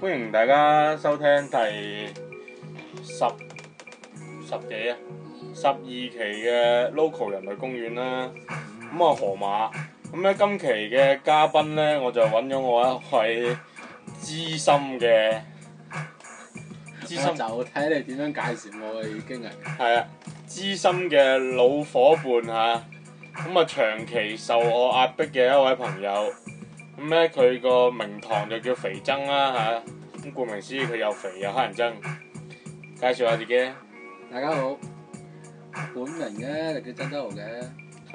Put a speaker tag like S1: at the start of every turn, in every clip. S1: 歡迎大家收聽第十十幾啊十二期嘅 Local 人類公園啦。咁啊，河馬。咁咧，今期嘅嘉賓咧，我就揾咗我一位資深嘅資深
S2: 我就睇你點樣介紹我嘅已經係
S1: 係啊，資深嘅老伙伴嚇，咁啊長期受我壓迫嘅一位朋友，咁咧佢個名堂就叫肥憎啦嚇，咁顧名思義佢又肥又乞人憎，介紹下自己啊
S2: 大家好，本名嘅就叫曾德豪嘅。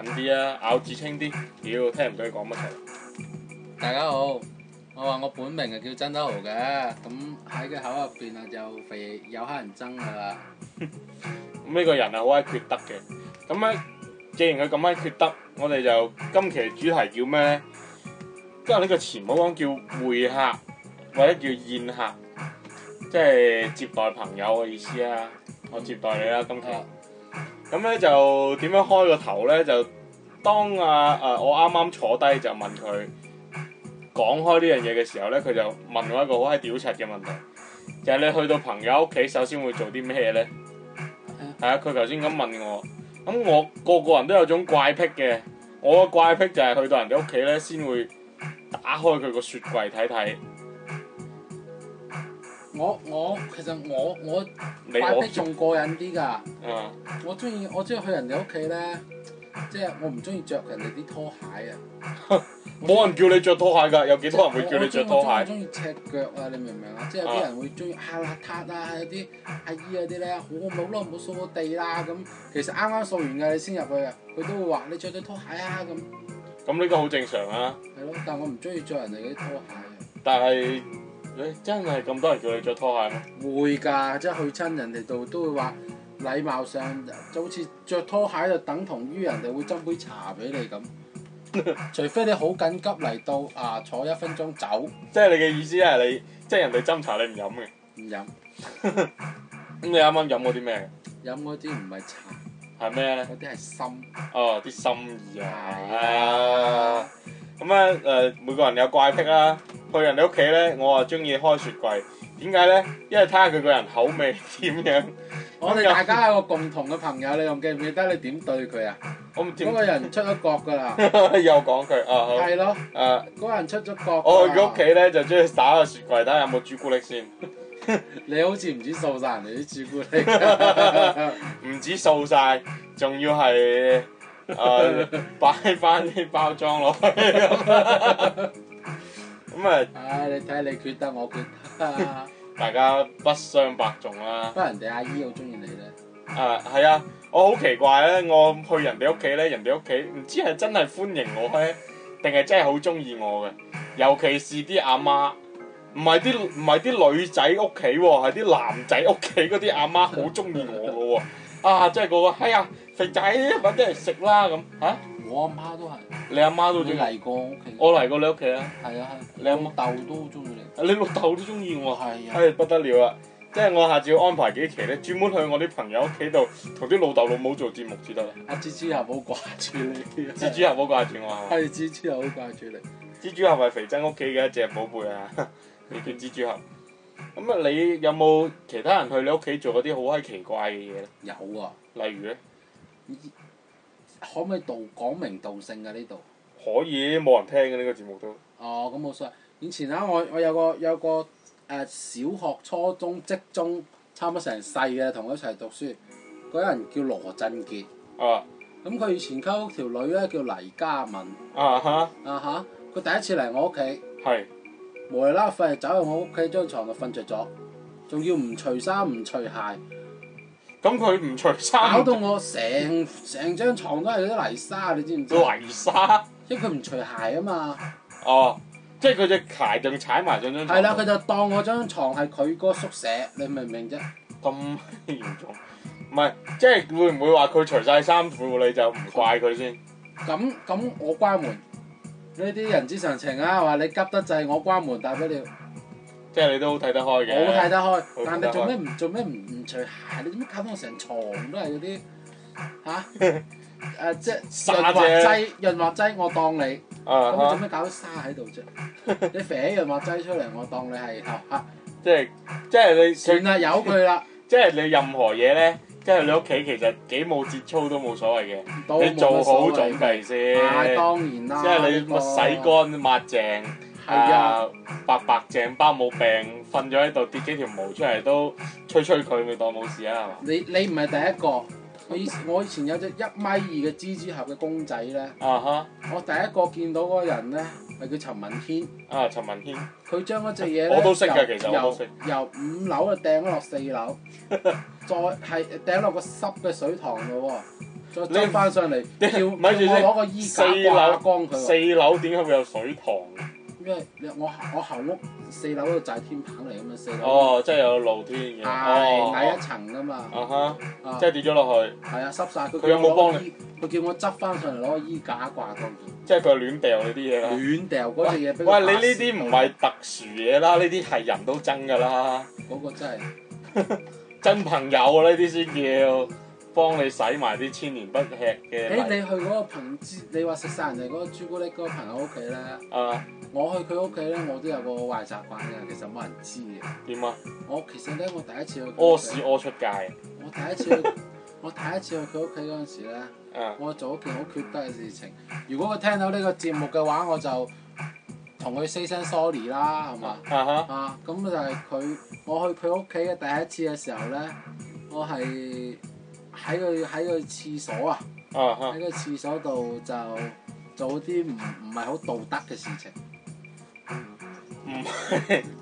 S1: 近啲啊，咬字清啲，屌聽唔到你講乜柒，
S2: 大家好，我話我本名係叫曾德豪嘅，咁喺佢口入邊啊就肥有黑人憎噶啦。
S1: 咁呢個人係好閪缺德嘅，咁咧既然佢咁閪缺德，我哋就今期主題叫咩咧？今日呢個前冇講叫會客或者叫宴客，即係接待朋友嘅意思啊！我接待你啦，今期。
S2: 啊
S1: 咁咧就點樣開個頭咧？就當啊誒、我啱啱坐低就問佢講開呢樣嘢嘅時候咧，佢就問我一個好閪屌柒嘅問題，就係、你去到朋友屋企首先會做啲咩咧？係啊，佢頭先咁問我，咁我個個人都有種怪癖嘅，我嘅怪癖就係去到人哋屋企咧先會打開佢個雪櫃睇睇。
S2: 我我其實我我
S1: 你
S2: 快
S1: 我
S2: 逼仲過癮啲㗎，
S1: 啊
S2: 我中意我中意去人哋屋企咧，即係我唔中意着人哋啲拖鞋啊。
S1: 冇人叫你着拖鞋㗎，有幾
S2: 即係
S1: 多人會叫你着拖
S2: 我我
S1: 鞋？
S2: 中意赤腳啊！你明唔明啊？即係有啲人會中意啊邋遢啊，有啲阿姨嗰啲咧，好我冇啦，唔好掃我地啦咁。其實啱啱掃完㗎，你先入去啊，佢都會話你着對拖鞋啊咁，
S1: 咁呢個好正常啊。
S2: 係咯。但我唔中意着人哋嗰啲拖鞋啊。
S1: 但係你真係咁多人叫你着拖鞋咩？
S2: 會㗎，即係去親人哋度都會話禮貌上就好似着拖鞋就等同於人哋會斟杯茶俾你咁。除非你好緊急嚟到啊，坐一分鐘走
S1: 即係你嘅意思係你，即係人哋斟茶你唔飲嘅。
S2: 唔飲，
S1: 咁你啱啱飲過啲咩？
S2: 飲嗰啲唔係茶，
S1: 係咩咧？
S2: 嗰啲係心。
S1: 哦，啲心意
S2: 係
S1: 啊！咁咧誒，每個人有怪癖啦。去人哋屋企咧，我啊中意開雪櫃。點解咧？因為睇下佢個人口味點樣。
S2: 我哋大家有個共同嘅朋友，你仲記唔記得你點對佢啊？
S1: 我唔
S2: 嗰
S1: 點
S2: 個人出咗國㗎啦，
S1: 又講佢啊 好
S2: 係咯，
S1: 誒，
S2: 嗰個人出咗國。
S1: 我去佢屋企，咧就中意打個雪櫃睇下有冇朱古力先。
S2: 你好似唔止掃晒人哋啲朱古力，
S1: 唔止掃晒，仲要係誒擺翻啲包裝落去咁啊。咁啊，
S2: 唉，你睇你缺德，我缺德，
S1: 大家不相伯仲啦
S2: 不。過人哋阿姨好中意你咧。
S1: 啊，係啊，我好奇怪咧，我去人哋屋企咧，人哋屋企唔知係真係歡迎我咧，定係真係好中意我嘅。尤其是啲阿媽，唔係啲唔係啲女仔屋企喎，係啲男仔屋企嗰啲阿媽好中意我嘅喎。啊，真係個個，哎呀，肥仔揾啲嚟食啦咁嚇。啊
S2: 我阿媽都係，
S1: 你阿媽都中
S2: 你
S1: 意，
S2: 嚟過我屋企，
S1: 我嚟過你屋企啊，
S2: 係啊係，
S1: 你阿媽哦
S2: 豆都好中意你。
S1: 你老豆都中意我，
S2: 係啊，
S1: 唉不得了啊！即係我下次要安排幾期咧，專門去我啲朋友屋企度同啲老豆老母做節目至得啦。
S2: 阿蜘蛛俠好掛住你，
S1: 蜘蛛俠冇掛住我啊！
S2: 係蜘蛛俠好掛住你。
S1: 蜘蛛俠係肥真屋企嘅一隻寶貝啊！ 你叫蜘蛛俠。咁啊，你有冇其他人去你屋企做嗰啲好閪奇怪嘅嘢咧？
S2: 有啊，
S1: 例如咧，
S2: 可唔可以道講明道姓㗎呢度？
S1: 可以冇人聽嘅呢個節目都。
S2: 哦，咁冇所謂。以前啊，我我有個有個誒、呃小學、初中、職中，差唔多成世嘅，同我一齊讀書。嗰人叫羅振傑，
S1: 啊
S2: 咁佢以前溝條女咧叫黎嘉敏
S1: 啊哈，
S2: 啊嚇。佢第一次嚟我屋企，
S1: 係
S2: 無啦啦瞓嚟走去我屋企張床度瞓着咗，仲要唔除衫唔除鞋，
S1: 咁佢唔除衫，
S2: 搞到 我成成張床都係啲泥沙，你知唔知？啊
S1: 泥沙。
S2: 因為佢唔除鞋啊嘛，
S1: 哦，即係佢隻鞋仲踩埋上張床。
S2: 係啦，佢就當我張床係佢個宿舍，你明唔明啫？
S1: 咁嚴重，唔係即係會唔會話佢除晒衫褲你就唔怪佢先？
S2: 咁咁我關門，呢啲人之常情啊！話你急得滯，我關門大不了，
S1: 即係你都好睇得開
S2: 我
S1: 嘅。
S2: 睇得開
S1: 好。睇
S2: 但
S1: 得
S2: 你
S1: 開
S2: 做咩唔做咩唔唔除鞋？你做咩搞到我成床都係嗰啲嚇？誒即係
S1: 沙
S2: 潤滑
S1: 啫
S2: 劑，潤滑劑我當你，
S1: 啊
S2: 咁你
S1: 哈
S2: 做咩搞啲沙喺度 啫？你啡潤滑劑出嚟，我當你係頭黑。
S1: 即係即係你
S2: 算
S1: 佢
S2: 啦，由佢啦，
S1: 即係你任何嘢咧，即係你屋企其實幾冇節操都冇所謂
S2: 都
S1: 嘅，
S2: 冇
S1: 你做
S2: 乜
S1: 好
S2: 所
S1: 總
S2: 謂。
S1: 計先。
S2: 啊，當然啦。
S1: 即係你
S2: 呢個
S1: 乜洗乾抹淨，
S2: 係啊，
S1: 啊，白白淨包冇病，瞓咗喺度跌幾條毛出嚟都吹吹佢，咪當冇事啊，係嘛？
S2: 你你唔係第一個。我以我以前有隻一米二嘅蜘蛛俠嘅公仔咧，
S1: 啊哈！
S2: 我第一個見到嗰個人咧係叫陳文軒，
S1: 啊，陳文軒，
S2: 佢將嗰隻嘢咧
S1: 我都識㗎
S2: 由
S1: 其實我都識
S2: 由由五樓啊掟咗落四 樓，再係掟落個濕嘅水塘度喎，再
S1: 你
S2: 執翻上嚟，
S1: 你
S2: 叫叫我
S1: 咪住先
S2: 攞個衣
S1: 四
S2: 架
S1: 樓
S2: 掛光佢
S1: 四
S2: 喎，
S1: 樓點解會有水塘？
S2: 因為你我我後屋四樓嗰度就係天棚嚟㗎嘛，四樓
S1: 哦，即係有露天嘅。
S2: 係矮一
S1: 哦，
S2: 層㗎嘛，
S1: 啊哈，
S2: 啊
S1: 即係跌咗落去，
S2: 係啊濕晒佢
S1: 佢有冇幫
S2: 你？佢叫我執翻上嚟攞個衣架掛光佢，
S1: 即係佢亂掉你啲嘢啦。
S2: 亂掉嗰隻嘢俾佢
S1: 喂，你
S2: 打
S1: 呢
S2: 死
S1: 啲唔係特殊嘢啦，呢啲係人都憎㗎啦，
S2: 嗰個真係。
S1: 真朋友啊呢啲先叫幫你洗埋啲千年不吃嘅
S2: 誒，
S1: 泥。
S2: 你去嗰個朋之，你話食晒人哋嗰個朱古力嗰個朋友屋企咧，
S1: 啊，
S2: 我去佢屋企咧，我都有個壞習慣嘅，其實冇人知嘅。
S1: 點啊？
S2: 我其實咧，我第一次去佢
S1: 屙
S2: 屋
S1: 屎
S2: 企，
S1: 屙出街。
S2: 我第一次去， 我第一次去佢屋企嗰陣時咧，
S1: 啊，
S2: 我做一件好缺德嘅事情。如果佢聽到呢個節目嘅話，我就同佢 say 聲 sorry 啦，係嘛？
S1: 啊哈，
S2: 啊，咁就係佢，我去佢屋企嘅第一次嘅時候咧，我係喺佢喺佢廁所啊。
S1: 啊哈，
S2: 喺個廁所度就做啲唔唔係好道德嘅事情。
S1: 唔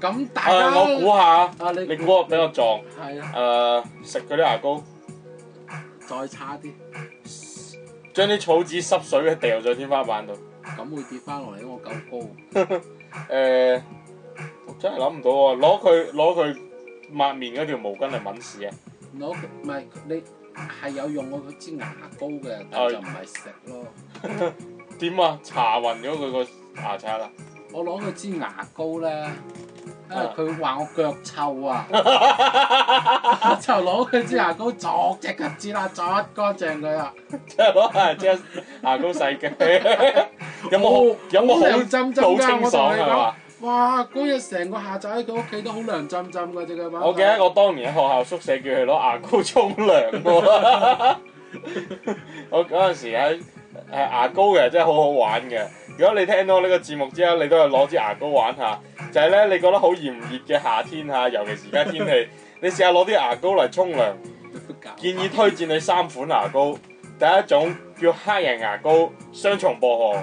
S2: 咁大家
S1: 嗯啊，我估下，
S2: 啊，你
S1: 你估我比較撞。
S2: 係啊，
S1: 誒，食佢啲牙膏。
S2: 再差啲，
S1: 將啲草紙濕水嘅掉咗天花板度。誒、
S2: 咁會跌翻落嚟，因為我夠高。
S1: 我真係諗唔到喎，攞佢攞佢抹面嗰條毛巾嚟抿屎啊！
S2: 攞佢唔係你係有用過佢支牙膏嘅，但就唔係食咯。
S1: 點啊？搽暈咗佢個牙刷啦！
S2: 我攞佢支牙膏咧，因
S1: 啊
S2: 為佢話我腳臭啊，我就攞佢支牙膏作隻腳趾啦，捽乾淨佢啊。
S1: 即係攞牙即係牙膏洗嘅，有冇好有冇
S2: 好涼
S1: 好
S2: 浸浸
S1: 好
S2: 㗎？我
S1: 清
S2: 同
S1: 爽啊
S2: 你
S1: 係
S2: 講
S1: 嘛？。
S2: 哇！嗰日成個下晝喺佢屋企都好涼浸浸嘅隻腳板。
S1: 我記 得我當年喺學校宿舍叫佢攞牙膏沖涼喎。 我嗰陣時喺誒牙膏嘅真係好好玩嘅。如果你聽到呢個節目之後，你都係攞支牙膏玩下，就係、呢，咧你覺得好炎熱嘅夏天嚇，尤其是而家天氣，你試下攞啲牙膏嚟沖涼。建
S2: 啊
S1: 議推薦你三款牙膏，第一種叫黑人牙膏，雙重薄荷；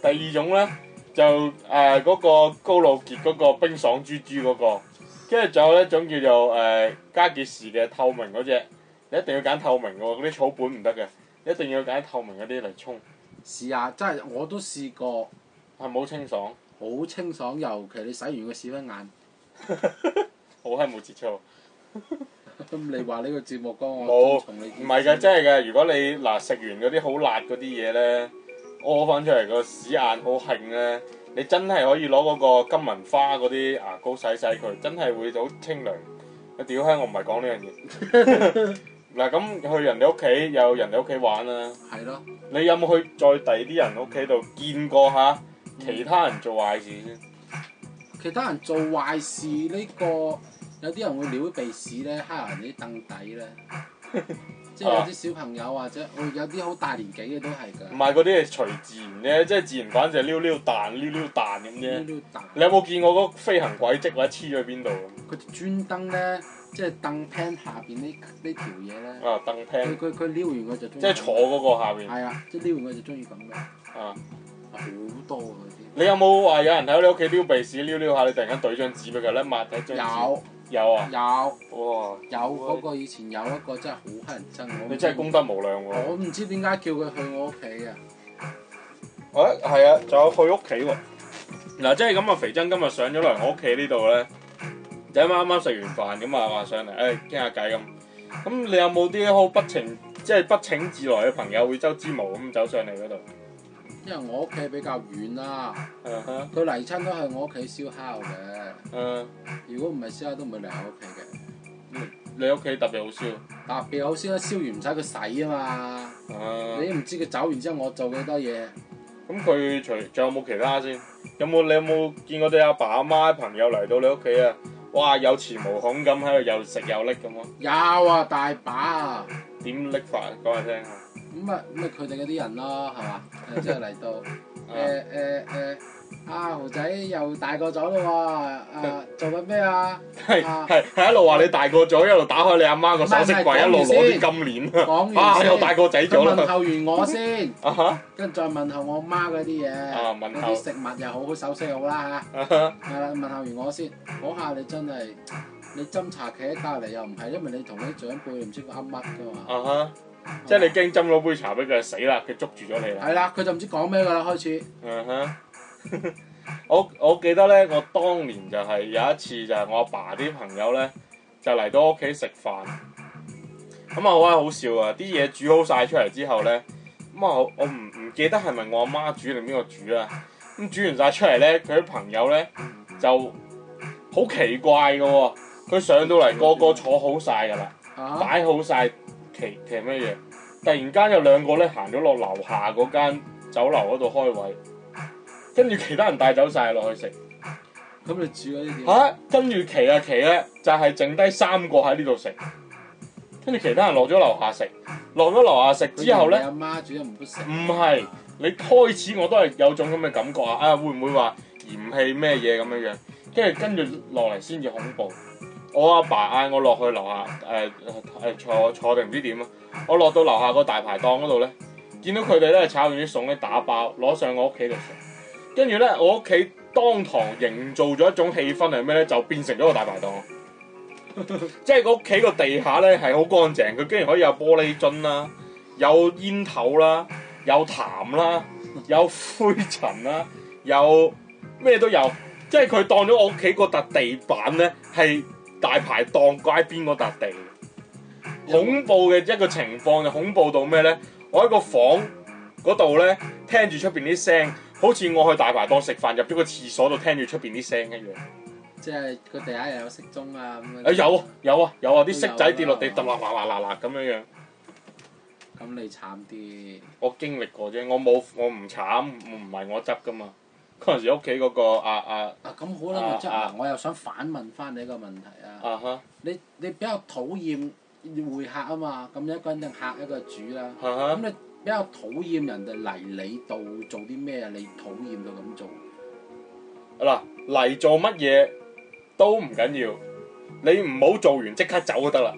S1: 第二種呢，就呃誒嗰、個高露潔嗰個冰爽豬豬嗰、個，跟住仲有一種叫做誒、呃加傑士嘅透明嗰只，你一定要揀透明嘅喎，嗰啲草本唔得嘅，一定要揀透明嗰啲嚟沖，
S2: 試下，真係我都試過，
S1: 係冇清爽，
S2: 好清爽，尤其你洗完個屎忽眼。
S1: 好閪冇節操。
S2: 咁你話呢個節目講
S1: 冇
S2: 我同你
S1: 唔係㗎，真係㗎。如果你嗱食完嗰啲好辣嗰啲嘢咧，屙翻出嚟個屎眼好興咧，你真係可以攞嗰個金銀花嗰啲啊牙膏洗洗佢，真係會好清涼。我屌閪，我唔係講呢樣嘢。嗱咁去人哋屋企有人哋屋企玩啦，
S2: 係咯，
S1: 你有冇去再第二啲人屋企度見過下其他人做壞事先？
S2: 其他人做壞事呢、個，有啲人會撩鼻屎咧，揩人哋啲凳底 咧，即係有啲小朋友或者哦有啲好大年紀嘅都係
S1: 唔
S2: 㗎，
S1: 係嗰啲係隨自然啫，即係自然反射溜溜彈溜溜彈咁
S2: 撩
S1: 啫。
S2: 撩蛋。
S1: 你有冇見過嗰個飛行軌跡或者黐咗邊度咁？
S2: 佢哋專登咧，即係凳 pan 下邊呢呢條嘢咧，
S1: 啊，凳
S2: 佢
S1: 廳，
S2: 佢佢撩完佢就中意
S1: 即係坐嗰個下面
S2: 係啊，即係撩完佢就中意咁嘅，
S1: 啊！
S2: 好多啊嗰
S1: 你有冇話有人喺你屋企撩鼻屎撩撩下，你突然間懟張紙俾佢咧抹睇張紙？
S2: 啲。
S1: 有啊！
S2: 有
S1: 哇！
S2: 有有嗰個以前有一個真係好乞人憎，我唔
S1: 你真係功德無量喎！
S2: 我唔知點解叫佢去我屋企啊！
S1: 誒係啊，仲有去屋企喎。嗱，即係咁啊！肥珍今日上咗嚟我屋企呢度咧，就啱啱食完飯咁啊，話上嚟誒傾下偈咁。咁你有冇啲好不情即係不請自來嘅朋友會周之無咁走上嚟嗰度？
S2: 因為我屋企比較遠啦，
S1: 嗯哼，
S2: 佢嚟親都係我屋企燒烤嘅。
S1: 嗯，
S2: 如果唔係燒烤都唔會嚟我屋企嘅。
S1: 你屋企特別好笑。
S2: 特別好燒，燒完唔使佢洗啊嘛。
S1: 啊
S2: 你唔知佢走完之後我做幾多嘢，
S1: 咁佢除仲有冇其他先？有冇你有冇見過啲阿爸阿媽朋友嚟到你屋企啊？哇！有恃無恐咁喺度又食又拎咁咯，
S2: 有啊大把啊，
S1: 點拎法？講下聽啊！
S2: 咁啊咁啊佢哋嗰啲人咯係 嘛，誒即係嚟到。
S1: 啊
S2: 誒誒誒，阿豪仔又大個咗啦喎！
S1: 嗯
S2: 啊，做緊 咩啊？
S1: 係係係一路話你大個咗，一路打開你阿媽個首飾
S2: 唔係唔係
S1: 櫃，一路攞啲金
S2: 講
S1: 鏈啊！
S2: 完
S1: 啊！
S2: 先
S1: 又大個仔
S2: 佢
S1: 咗啦
S2: 問！候完我先，
S1: 啊哈
S2: 跟住再問候我媽嗰啲嘢，
S1: 啊問
S2: 嗰
S1: 候
S2: 啲食物又好好，首飾又好啦
S1: 啊哈！
S2: 嚇。係啦，問候完我先，嗰下你真係你斟茶企喺隔離又唔係，因為你同啲長輩唔知佢噏乜噶嘛。
S1: 啊哈！即係你驚斟咗杯茶俾佢死啦，佢捉住咗你啦！
S2: 係啦，佢就唔知講咩噶啦，開始
S1: 嗯哼，我我記得咧，我當年就係有一次就係我阿爸啲朋友咧，就嚟到我屋企食飯，咁啊好啊好笑啊！啲嘢煮好晒出嚟之後咧，咁啊我我唔唔記得係咪我阿媽煮定邊個煮啦？咁煮完晒出嚟咧，佢啲朋友咧就好奇怪嘅喎、佢上到嚟個個坐好晒㗎啦。
S2: 嚇
S1: 擺好晒旗旗乜嘢，突然間有兩個咧行咗落樓下嗰間酒樓嗰度開位，跟住其他人帶走晒落去食。
S2: 咁你煮嗰啲
S1: 嚇、
S2: 點？啊
S1: 跟住奇啊奇咧，就係、剩低三個喺呢度食，跟住其他人落咗樓下食，落咗樓下食之後
S2: 佢
S1: 咧，
S2: 以為你阿媽煮得唔好食，
S1: 唔係你開始我都係有種咁嘅感覺啊！啊，會唔會話嫌棄咩嘢咁樣樣？跟住跟住落嚟先至恐怖。我阿爸嗌我落去樓下誒誒坐坐定唔知點啊！我落到樓下個大排檔嗰度咧，見到佢哋咧炒完啲餸咧打包攞上我屋企度食，跟住咧我屋企當堂營造咗一種氣氛係咩咧？就變成咗個大排檔。即係個屋企個地下咧係好乾淨，佢竟然可以有玻璃樽啦，有煙頭啦，有痰啦，有灰塵啦，有咩都有。即係佢當咗我屋企嗰笪地板咧係大排檔街邊嗰笪地。恐怖嘅一個情況就恐怖到咩咧？我喺個房嗰度咧聽住出邊啲聲，好似我去大排檔食飯入咗個廁所度聽住出邊啲聲一樣。
S2: 即係佢地下又有骰盅啊咁
S1: 誒
S2: 樣。
S1: 有啊有啊有啊！啲色仔跌落地，揼啦啦啦啦啦咁樣樣。
S2: 咁你慘啲。
S1: 我經歷過啫，我冇我唔慘，唔係我執噶嘛。嗰陣時屋企嗰個啊啊
S2: 啊，咁好啦，即係
S1: 啊
S2: 嗱，我又想反問翻你一個問題啊！
S1: 啊哈
S2: 你你比較討厭會客啊嘛，咁一個人定客一個主啦。
S1: 哈
S2: 咁
S1: 哈！
S2: 你比較討厭人哋嚟你度做啲咩啊？你討厭到咁做，
S1: 嗱嚟做乜嘢都唔緊要，你唔好做完即刻走就得啦。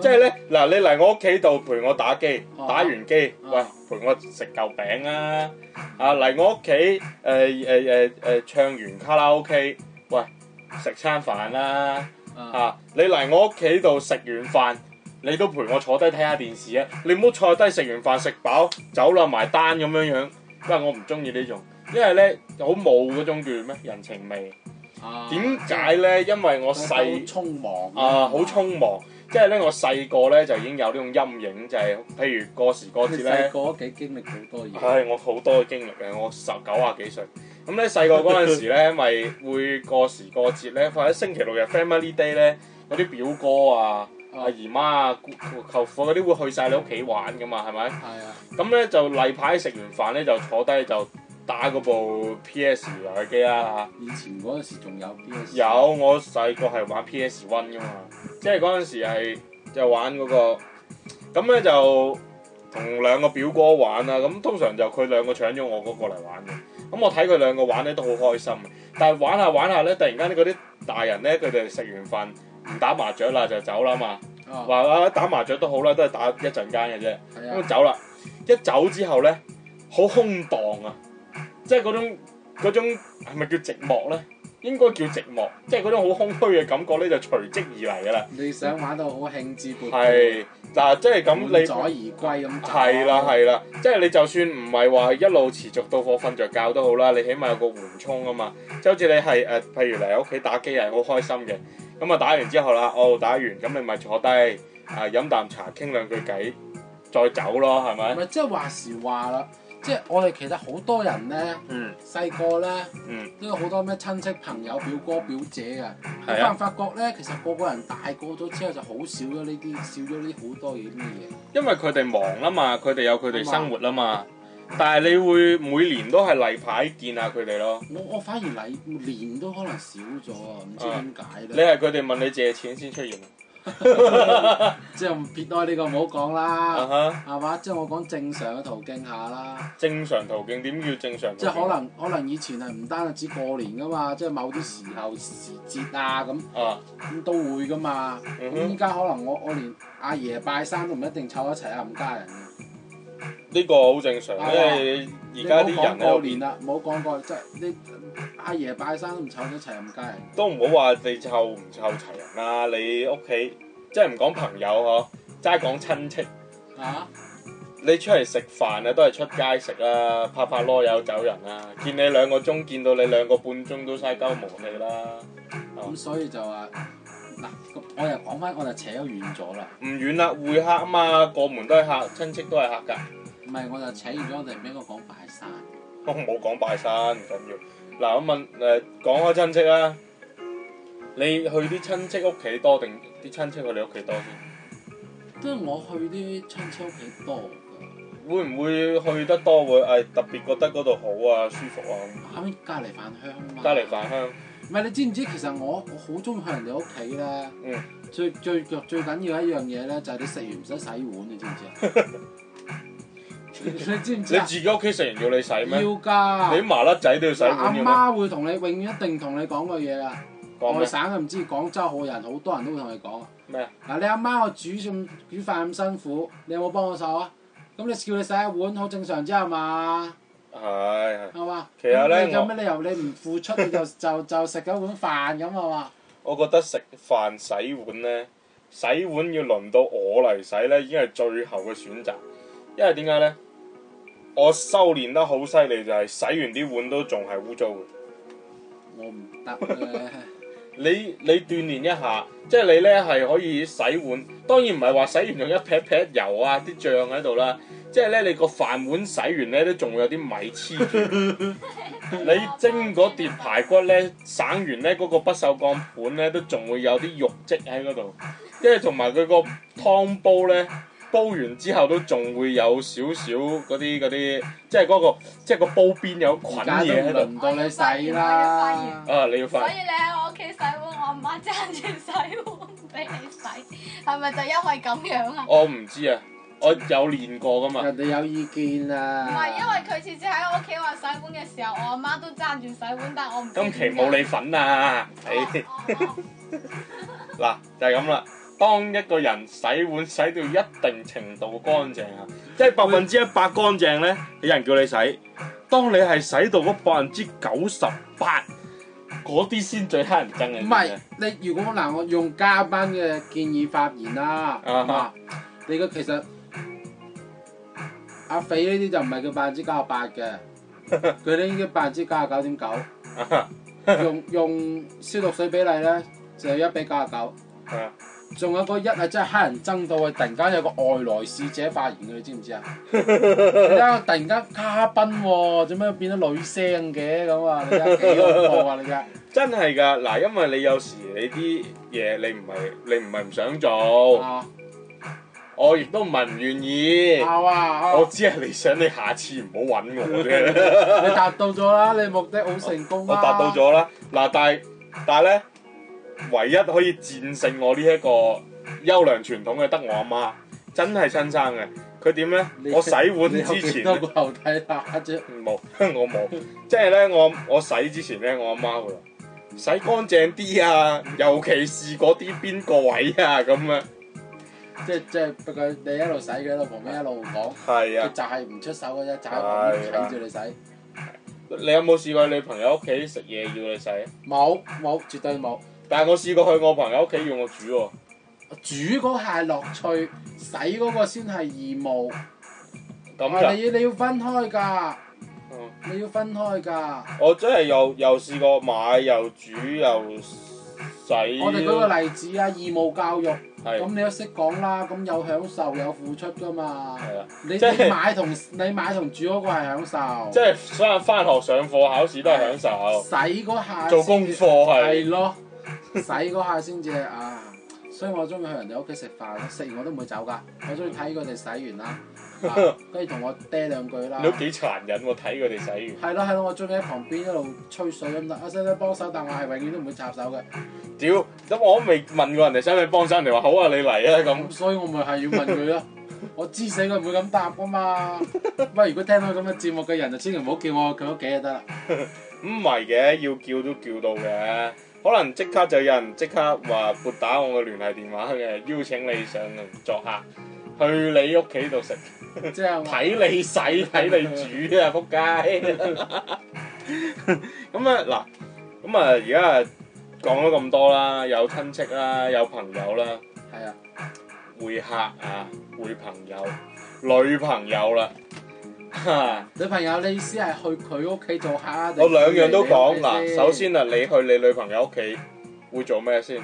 S1: 即係咧，嗱，你嚟我屋企度陪我打機，
S2: 啊
S1: 打完機，
S2: 啊
S1: 喂，陪我食嚿餅啊！啊，嚟我屋企，誒誒誒誒，唱完卡拉 OK，喂，食餐飯啦！
S2: 啊，
S1: 啊，你嚟我屋企度食完飯，你都陪我坐低睇下電視啊！你唔好坐低食完飯食飽走啦埋單咁樣樣，因為我唔中意呢種，因為咧好冇嗰種叫咩人情味。
S2: 啊
S1: 點解咧？因為我
S2: 即係
S1: 細
S2: 好。匆忙
S1: 啊，好匆忙。即係咧，我細個咧就已經有呢種陰影，就係、譬如過時過
S2: 你
S1: 節
S2: 細
S1: 咧，
S2: 個都幾經歷好多嘢，
S1: 唉，我好多經歷嘅，我十九啊幾歲。咁咧細個嗰陣時咧，咪會過時過節咧，或者星期六日 family day 咧，嗰啲表哥啊、阿
S2: 啊
S1: 姨媽啊、姑姑舅父嗰啲會去晒你屋企玩噶嘛，係咪？
S2: 係啊，
S1: 咁咧就例牌食完飯咧就坐低就打嗰部 PS 遊戲機啦嚇。
S2: 以前嗰陣時仲有 BS，
S1: 有，我細個係玩 PS One 噶嘛，即係嗰陣時係就玩嗰、個，咁咧就同兩個表哥玩啦。咁通常就佢兩個搶咗我嗰個嚟玩嘅，咁我睇佢兩個玩咧都好開心嘅。但係玩下玩下咧，突然間嗰啲大人咧，佢哋食完飯唔打麻雀啦就走啦嘛，
S2: 啊，
S1: 話啊打麻雀都好啦，都係打一陣間嘅啫。
S2: 係
S1: 咁
S2: 啊，
S1: 走啦，一走之後咧，好空蕩啊，即係嗰種嗰種係咪叫寂寞咧？應該叫寂寞，即係嗰種好空虛嘅感覺咧，就隨即而嚟噶啦。
S2: 你想玩到好興致勃勃，
S1: 係，嗱，即係咁
S2: 滿載
S1: 你
S2: 而歸咁走，
S1: 係
S2: 哦
S1: 啦係啦，即係你就算唔係話一路持續到我瞓着覺都好啦，你起碼有個緩衝啊嘛。即係好似你係誒、呃譬如嚟屋企打機係好開心嘅，咁啊打完之後啦，哦打完咁你咪坐低啊飲啖茶傾兩句偈，再走咯，係咪？
S2: 咪即係話時話啦，即係我哋其實好多人咧，
S1: 嗯
S2: 細個咧
S1: 嗯，
S2: 都有好多咩親戚朋友、表哥表姐㗎。你
S1: 係
S2: 發
S1: 啊
S2: 唔。發覺咧？其實個個人大個咗之後就好少咗呢啲，少咗呢好多嘢咩嘢。
S1: 因為佢哋忙啦嘛，佢哋有佢哋生活啦嘛。但係你會每年都係例牌見下佢哋咯。
S2: 我我反而禮年都可能少咗啊，唔知點解
S1: 你
S2: 咧。
S1: 係佢哋問你借錢先出現。
S2: 即係撇開呢個唔好講
S1: 啊
S2: 啦，
S1: 哈，
S2: 係嘛？即係我講正常嘅途徑下啦，
S1: 正常途徑點叫正常途徑？
S2: 即係可能可能以前係唔單止過年噶嘛，即係某啲時候時節啊咁
S1: 啊，
S2: 咁都會噶嘛。
S1: 嗯
S2: 咁依
S1: 哼，
S2: 家可能我我連阿爺拜山都唔一定湊一齊啊，唔家人嘅。
S1: 呢個好正常，
S2: 係啊
S1: 因為而家啲人
S2: 你唔好講過
S1: 喺
S2: 年
S1: 度
S2: 啦，冇講過，即係你阿爺拜山都唔湊得齊咁家人。
S1: 都唔好話你湊唔湊齊人啦。你屋企即係唔講朋友嗬，齋講親戚。
S2: 啊！
S1: 你出嚟食飯啊，都係出街食啦，拍拍啰柚走人啦。見你兩個鐘，見到你兩個半鐘都嘥鳩毛氣啦。
S2: 咁所以就話嗱，咁我又講翻，我就扯遠咗啦。
S1: 唔遠啦，會客啊嘛，過門都係客，親戚都係客㗎。
S2: 唔係，我就扯遠咗，我哋唔應該講拜山。
S1: 我冇講拜山唔緊要。嗱，我問誒、呃、講開親戚啦，你去啲親戚屋企多定啲親戚去你屋企多先？
S2: 即係我去啲親戚屋企多㗎，
S1: 會唔會去得多會誒、哎特別覺得嗰度好啊舒服啊？
S2: 後面隔離飯香嘛。
S1: 隔離飯。香，
S2: 唔係你知唔知？其實我我好中意去人哋屋企咧。
S1: 嗯。
S2: 最最最最緊要一樣嘢咧，就係你食完唔使洗碗，你知唔知啊？ 你你知唔知
S1: 你
S2: 啊？
S1: 自己屋企食完要你洗
S2: 要
S1: 咩？
S2: 㗎。
S1: 你啲麻甩仔都要洗
S2: 嗱阿
S1: 碗嘅咩？
S2: 媽會同你永遠一定同你講個嘢啦。
S1: 講
S2: 外
S1: 咩
S2: 省嘅唔知廣州好人好多人都會同你講啊。
S1: 咩啊？
S2: 嗱，你阿媽我煮咁煮飯咁辛苦，你有冇幫我手啊？咁你叫你洗一碗好正常啫係嘛？
S1: 係係。
S2: 係嘛？
S1: 其實呢
S2: 咁你有咩理由你唔付出你就就就食咗碗飯咁係嘛？
S1: 我覺得食飯洗碗呢，洗碗要輪到我嚟洗呢，已經係最後嘅選擇。因為點解呢？我修練得好犀利，就係洗完啲碗都仲係污糟嘅。
S2: 我唔得 咧，
S1: 你你鍛鍊一下，即係你呢係可以洗碗。當然唔係話洗完仲一撇撇油啊，啲醬喺度啦。即係呢，你個飯碗洗完呢，都仲會有啲米黐住。 你蒸嗰碟排骨呢，省完呢嗰、個不鏽鋼盤呢，都仲會有啲肉跡喺嗰度，跟住同埋佢個湯煲呢，煲完之後都仲會有少少嗰啲嗰啲，即係嗰、個即係個煲邊有菌
S2: 而家都
S1: 嘢喺度。
S2: 輪唔到你洗
S3: 我要發
S2: 啦。
S1: 啊！你要
S3: 所
S1: 發
S3: 以，你喺我屋企洗碗，我阿媽爭住洗碗唔俾你洗，係咪就因為咁樣啊？
S1: 我唔知啊，我有練過噶嘛。
S2: 人哋有意見
S3: 唔
S2: 啊！
S3: 係因為佢次次喺我屋企話洗碗嘅時候，我阿媽都爭住洗碗，但係我唔知
S1: 今期冇你份 啊！
S3: 點
S1: 唉
S3: 解。哦哦
S1: 嗱就係咁啦。當一個人洗碗洗到一定程度乾淨啊，即係百分之一百乾淨呢，有人叫你洗。當你係洗到嗰百分之九十八，嗰啲先最乞人憎嘅。
S2: 唔係，你如果嗱，我用嘉賓嘅建議發言啦，
S1: 啊哈
S2: 嗱，你嘅其實阿肥呢啲就唔係叫百分之九十八嘅， 佢呢啲百分之九十九點九，
S1: 啊
S2: 用用消毒水比例咧就一比九十九，
S1: 啊
S2: 仲有個一係真係黑人憎到啊！突然間有個外來使者發言嘅，你知唔知啊？你睇下突然間嘉賓喎，做咩變咗女聲嘅咁啊？你睇下幾恐怖啊！你睇下。
S1: 真係㗎嗱，因為你有時你啲嘢你唔係你唔係唔想做，
S2: 啊
S1: 我亦都唔係唔願意，
S2: 啊哇啊
S1: 我只係你想你下次唔好揾我啫。
S2: 你達到咗啦，你目的好成功
S1: 我
S2: 啦。
S1: 達到。咗啦。嗱，但係但係咧，唯一可以戰勝我呢一個優良傳統嘅，得我阿媽，真係親生嘅。佢點咧？我洗碗之前嗯
S2: 都後底打啫。
S1: 冇， 我冇。即係咧，我我洗之前咧，我阿媽會話洗乾淨啲啊，尤其是嗰啲邊個位啊咁啊。
S2: 即係即係，不過你一路洗佢，一路旁邊一路講，
S1: 係
S2: 佢
S1: 啊，
S2: 就係唔出手嘅啫，就喺旁邊睇住你洗。
S1: 你有冇試過你朋友屋企食嘢要你洗？啊
S2: 冇冇，絕對冇。
S1: 但係我試過去我朋友屋企要我煮喎、
S2: 煮嗰下係樂趣，洗嗰個先係義務。
S1: 咁
S2: 啊
S1: 就
S2: 你要你要分開㗎，
S1: 嗯
S2: 你要分開㗎。
S1: 我真係又又試過買又煮又洗，
S2: 我哋舉個例子啊，義務教育
S1: 係
S2: 咁你都識講啦，咁有享受有付出噶嘛。
S1: 係啊啦，
S2: 你
S1: 即係
S2: 你買同你買同煮嗰個係享
S1: 即
S2: 受，
S1: 係翻翻學上課考試都係享受，
S2: 洗嗰下
S1: 做功課
S2: 先至
S1: 係
S2: 啊係咯，洗嗰下先至係啊。所以我中意去人哋屋企食飯，食完我都唔會走㗎，我中意睇佢哋洗 完啦，啊跟住同我嗲兩句啦
S1: 你。都幾殘忍喎！睇佢哋洗完，
S2: 係咯係咯，我中意喺旁邊一路吹水咁得，啊使唔使幫手？但我係永遠都唔會插手嘅，
S1: 屌咁我都未問過人哋使唔使幫手，人哋話好啊，你嚟啊咁
S2: 咁。所以我咪係要問佢 咯。我知死佢唔會咁答㗎嘛。喂，如果聽到咁嘅節目嘅人就千祈唔好叫我去佢屋企就得啦。
S1: 唔係嘅，要叫都叫到嘅。可能即刻就有人即刻話撥打我嘅聯繫電話嘅，邀請你上嚟作客，去你屋企度食，
S2: 即係我
S1: 睇你洗，睇你煮啊！仆街。咁啊嗱，咁啊而家講咗咁多啦，有親戚啦，有朋友啦，
S2: 係啊，
S1: 會客啊，會朋友，女朋友啦。哈
S2: 女朋友你意思係去佢屋企做客
S1: 我兩樣都講嗱，
S2: 定
S1: 首先啊，你去你女朋友屋企會做咩先？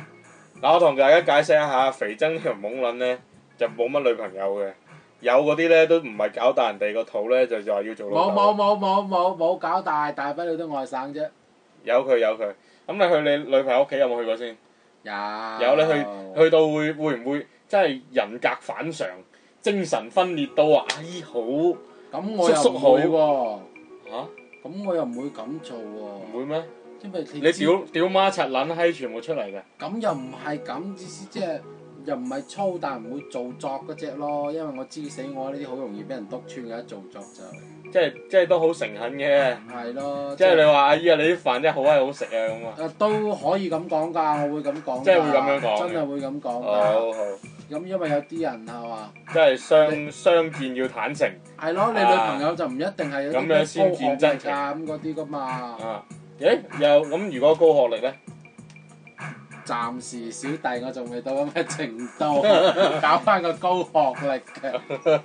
S1: 嗱，我同大家解釋一下，肥憎條懵撚咧就冇乜女朋友嘅，有嗰啲咧都唔係搞大人哋個肚咧，就就話要做老
S2: 冇
S1: 豆。
S2: 冇冇冇冇冇搞大，大不了都外省啫。
S1: 有佢有佢，咁你去你女朋友屋企有冇去過先？
S2: 有
S1: 有你去去到會會唔會真係人格反常、精神分裂到啊？咦好
S2: 咁我又
S1: 叔叔好
S2: 唔會喎，
S1: 嚇
S2: 咁我又唔會咁做
S1: 唔
S2: 喎，
S1: 會咩？
S2: 因為
S1: 哦你
S2: 知
S1: 屌屌媽柒撚閪全部出嚟嘅，
S2: 咁又唔係咁意思，即係又唔係粗，但唔會做作嗰只咯。因為我知死我呢啲好容易俾人督穿嘅，一做作就
S1: 即係即係都好誠懇嘅。
S2: 係咯。
S1: 即係你話阿姨啊，你啲飯真係好閪好食啊咁啊！
S2: 誒都可以咁講㗎，我會咁講㗎。
S1: 即係會咁樣講嘅
S2: 真係會咁
S1: 哦
S2: 講㗎。
S1: 好好，
S2: 咁因為有啲人係嘛。
S1: 即係相相見要坦誠
S2: 係咯，你女朋友就唔一定係有啲
S1: 咁樣先見真情
S2: 高學歷㗎咁嗰啲 噶嘛。
S1: 啊！誒又咁，如果高學歷咧，
S2: 暫時小弟我仲未到咁嘅程 度，搞翻個高學歷嘅，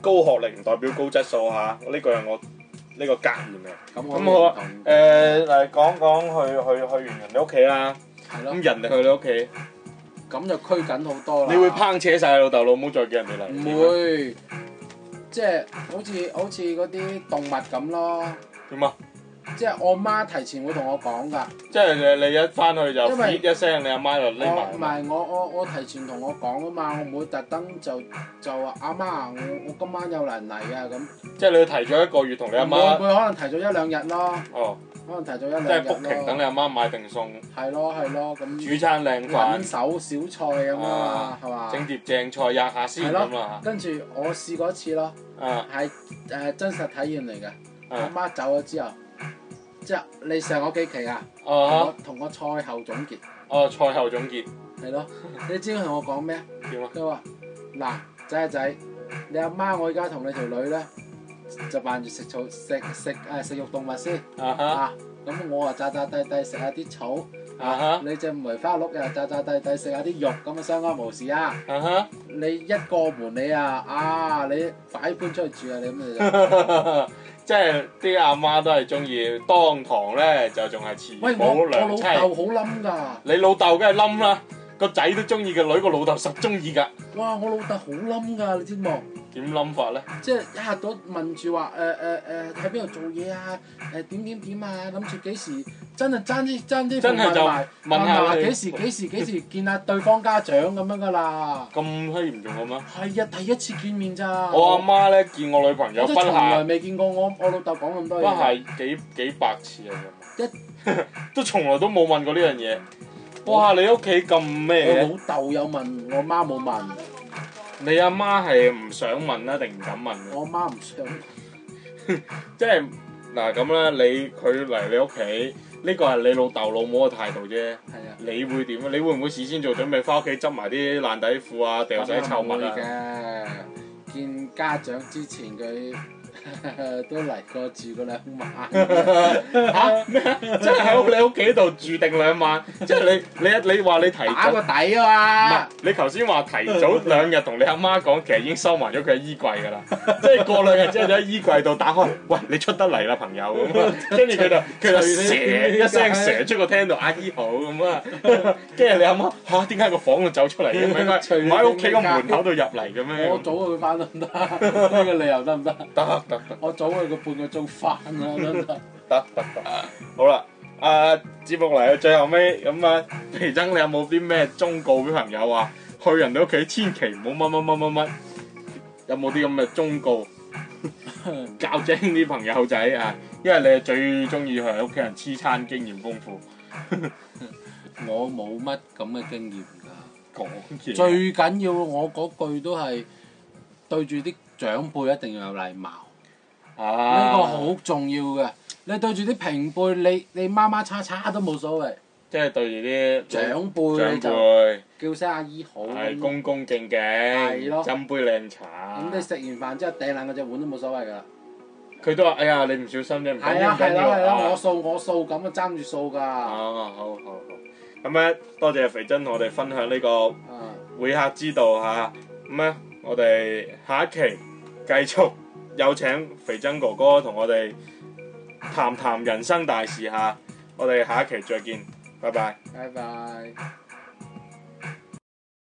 S1: 高學歷唔代表高質素嚇，呢個係我呢個格言嚟。
S2: 咁我
S1: 咁好啊
S2: 唔同嘅
S1: 誒嚟講講去去去完人哋屋企啦，
S2: 係咯
S1: 咁，人哋去你屋企，
S2: 咁就拘緊好多啦。
S1: 你會抨扯晒老豆老母再叫人哋嚟？
S2: 唔會，即係好似好似嗰啲動物咁咯。
S1: 點啊？
S2: 即係我媽提前會同我講㗎，
S1: 即係你你一翻去就
S2: 因為
S1: 咇一聲，你阿媽就匿
S2: 我唔
S1: 埋。啊
S2: 係我我我提前同我講啊嘛，我唔會特登就就話阿媽我我今晚有人嚟啊咁，
S1: 即係你要提早一個月同你阿
S2: 我
S1: 媽，
S2: 會可能提早一兩日咯。
S1: 哦，
S2: 可能提早一兩
S1: 即
S2: 日
S1: 係 booking 等
S2: 咯，
S1: 你阿媽買定餸，
S2: 係咯係咯，咁
S1: 煮餐靚飯。
S2: 揾手小菜咁啊嘛，係
S1: 整
S2: 嘛？
S1: 碟正菜吔下先
S2: 係
S1: 咁啊
S2: 咯，跟住我試過一次咯，
S1: 啊
S2: 係誒真實體驗嚟嘅。阿
S1: 啊
S2: 媽走咗之後，即係你上我幾期啊？同我
S1: 啊！
S2: 同我賽後總結
S1: 哦，賽後總結
S2: 係咯，你知佢同我講咩啊？
S1: 點啊？
S2: 佢話嗱仔啊仔，你阿媽我而家同你條女咧就扮住食草食食誒食肉動物先
S1: 啊哈
S2: 啊，咁我啊扎扎低低食下啲草。
S1: 啊哈
S2: 你隻梅花鹿又炸炸地地食下啲肉咁啊，相安無事啊！
S1: 啊哈！
S2: 你一過門你啊啊，你擺搬出去住啊！你咁就
S1: 即係啲阿媽都係中意當堂咧，就仲係 慈
S2: 喂我
S1: 母
S2: 我
S1: 娘
S2: 老
S1: 妻。
S2: 豆好冧噶，
S1: 你老豆梗係冧啦，個仔都中意，個女個老豆實中意㗎。
S2: 哇！我老豆好冧噶，你知冇？
S1: 點冧法咧？
S2: 即係一下到問住話呃誒誒誒喺邊度做嘢啊？誒點點點啊？諗住幾時真係爭啲爭啲
S1: 真係就
S2: 問埋
S1: 問下
S2: 埋
S1: 你
S2: 幾時幾時幾時見下對方家長咁樣噶啦。
S1: 咁閪嚴重嘅咩？
S2: 係啊，第一次見面咋。
S1: 我阿媽咧見我女朋友
S2: 我都
S1: 不
S2: 從來
S1: 下
S2: 未見過我我老豆講咁多
S1: 不
S2: 嘢㗎。
S1: 下幾幾百次啊！ 都從來都冇問過呢樣嘢。哇！你屋企咁咩嘅？
S2: 我老豆有問，我媽冇問，
S1: 你阿媽係唔想問啦，定唔敢問啊嘅？
S2: 我媽唔想。
S1: 即係嗱咁啦，你佢嚟你屋企，呢個係你老豆老母嘅態度啫。
S2: 係啊，
S1: 你會點啊？你會唔會事先做準備，翻屋企執埋啲啊 爛底褲啊，掉晒啲臭物啊？
S2: 嘅。見家長之前佢 都嚟過住個兩晚嘅，
S1: 嚇咩？即係喺你屋企度住定兩晚，即係你你一你話你提
S2: 打
S1: 早，
S2: 個
S1: 唔
S2: 底啊
S1: 係
S2: 嘛。
S1: 你頭先話提早兩日同你阿媽講，其實已經收埋咗佢喺衣櫃 㗎啦。即係過兩日之後就喺衣櫃度打開，喂你出得嚟啦朋 友咁啊，跟住佢就佢就
S2: 除
S1: 蛇
S2: 你
S1: 一聲蛇出個廳度，阿姨好咁 啊，跟住你阿媽嚇點解個房度走出嚟嘅？唔係應該
S2: 除你
S1: 唔喺屋企個門口度入嚟嘅咩？
S2: 我早佢翻得唔得？呢個理由得唔得？
S1: 得得得。
S2: 我早佢個半個鐘翻啦，得唔得？
S1: 得得得，好啦，啊節目嚟到最後尾咁啊，皮曾你有冇啲咩忠告俾朋友啊？去人哋屋企千祈唔好乜乜乜乜乜，有冇啲咁嘅忠 告教精啲朋友仔啊？因為你係最中意佢屋企人黐餐經驗豐富，
S2: 我冇乜咁嘅經驗㗎。
S1: 講嘢
S2: 最緊要我嗰句都係對住啲長輩一定要有禮貌。呢
S1: 呢
S2: 個好重要嘅。你對住啲平輩，你你媽媽叉叉都冇所謂，
S1: 即係對住啲老
S2: 長輩你
S1: 長
S2: 就
S1: 輩
S2: 叫聲阿姨好。
S1: 係
S2: 咁
S1: 恭恭敬敬，
S2: 係咯
S1: 斟杯靚茶，
S2: 你食完飯之後掟爛嗰隻碗都冇所謂㗎啦。
S1: 佢都話：哎呀，你唔小心啫，唔緊
S2: 係
S1: 要，
S2: 啊
S1: 唔緊
S2: 係啦
S1: 要
S2: 係
S1: 啊
S2: 啦，我掃我掃咁啊爭住掃㗎。啊
S1: 哦，好好好。咁咧，多謝肥珍同我哋分享呢個
S2: À,
S1: 會客之道嚇。咁咧，我哋下一期繼續有請肥珍哥哥同我哋談談人生大事嚇。我哋下一期再見，拜拜。
S2: 拜拜。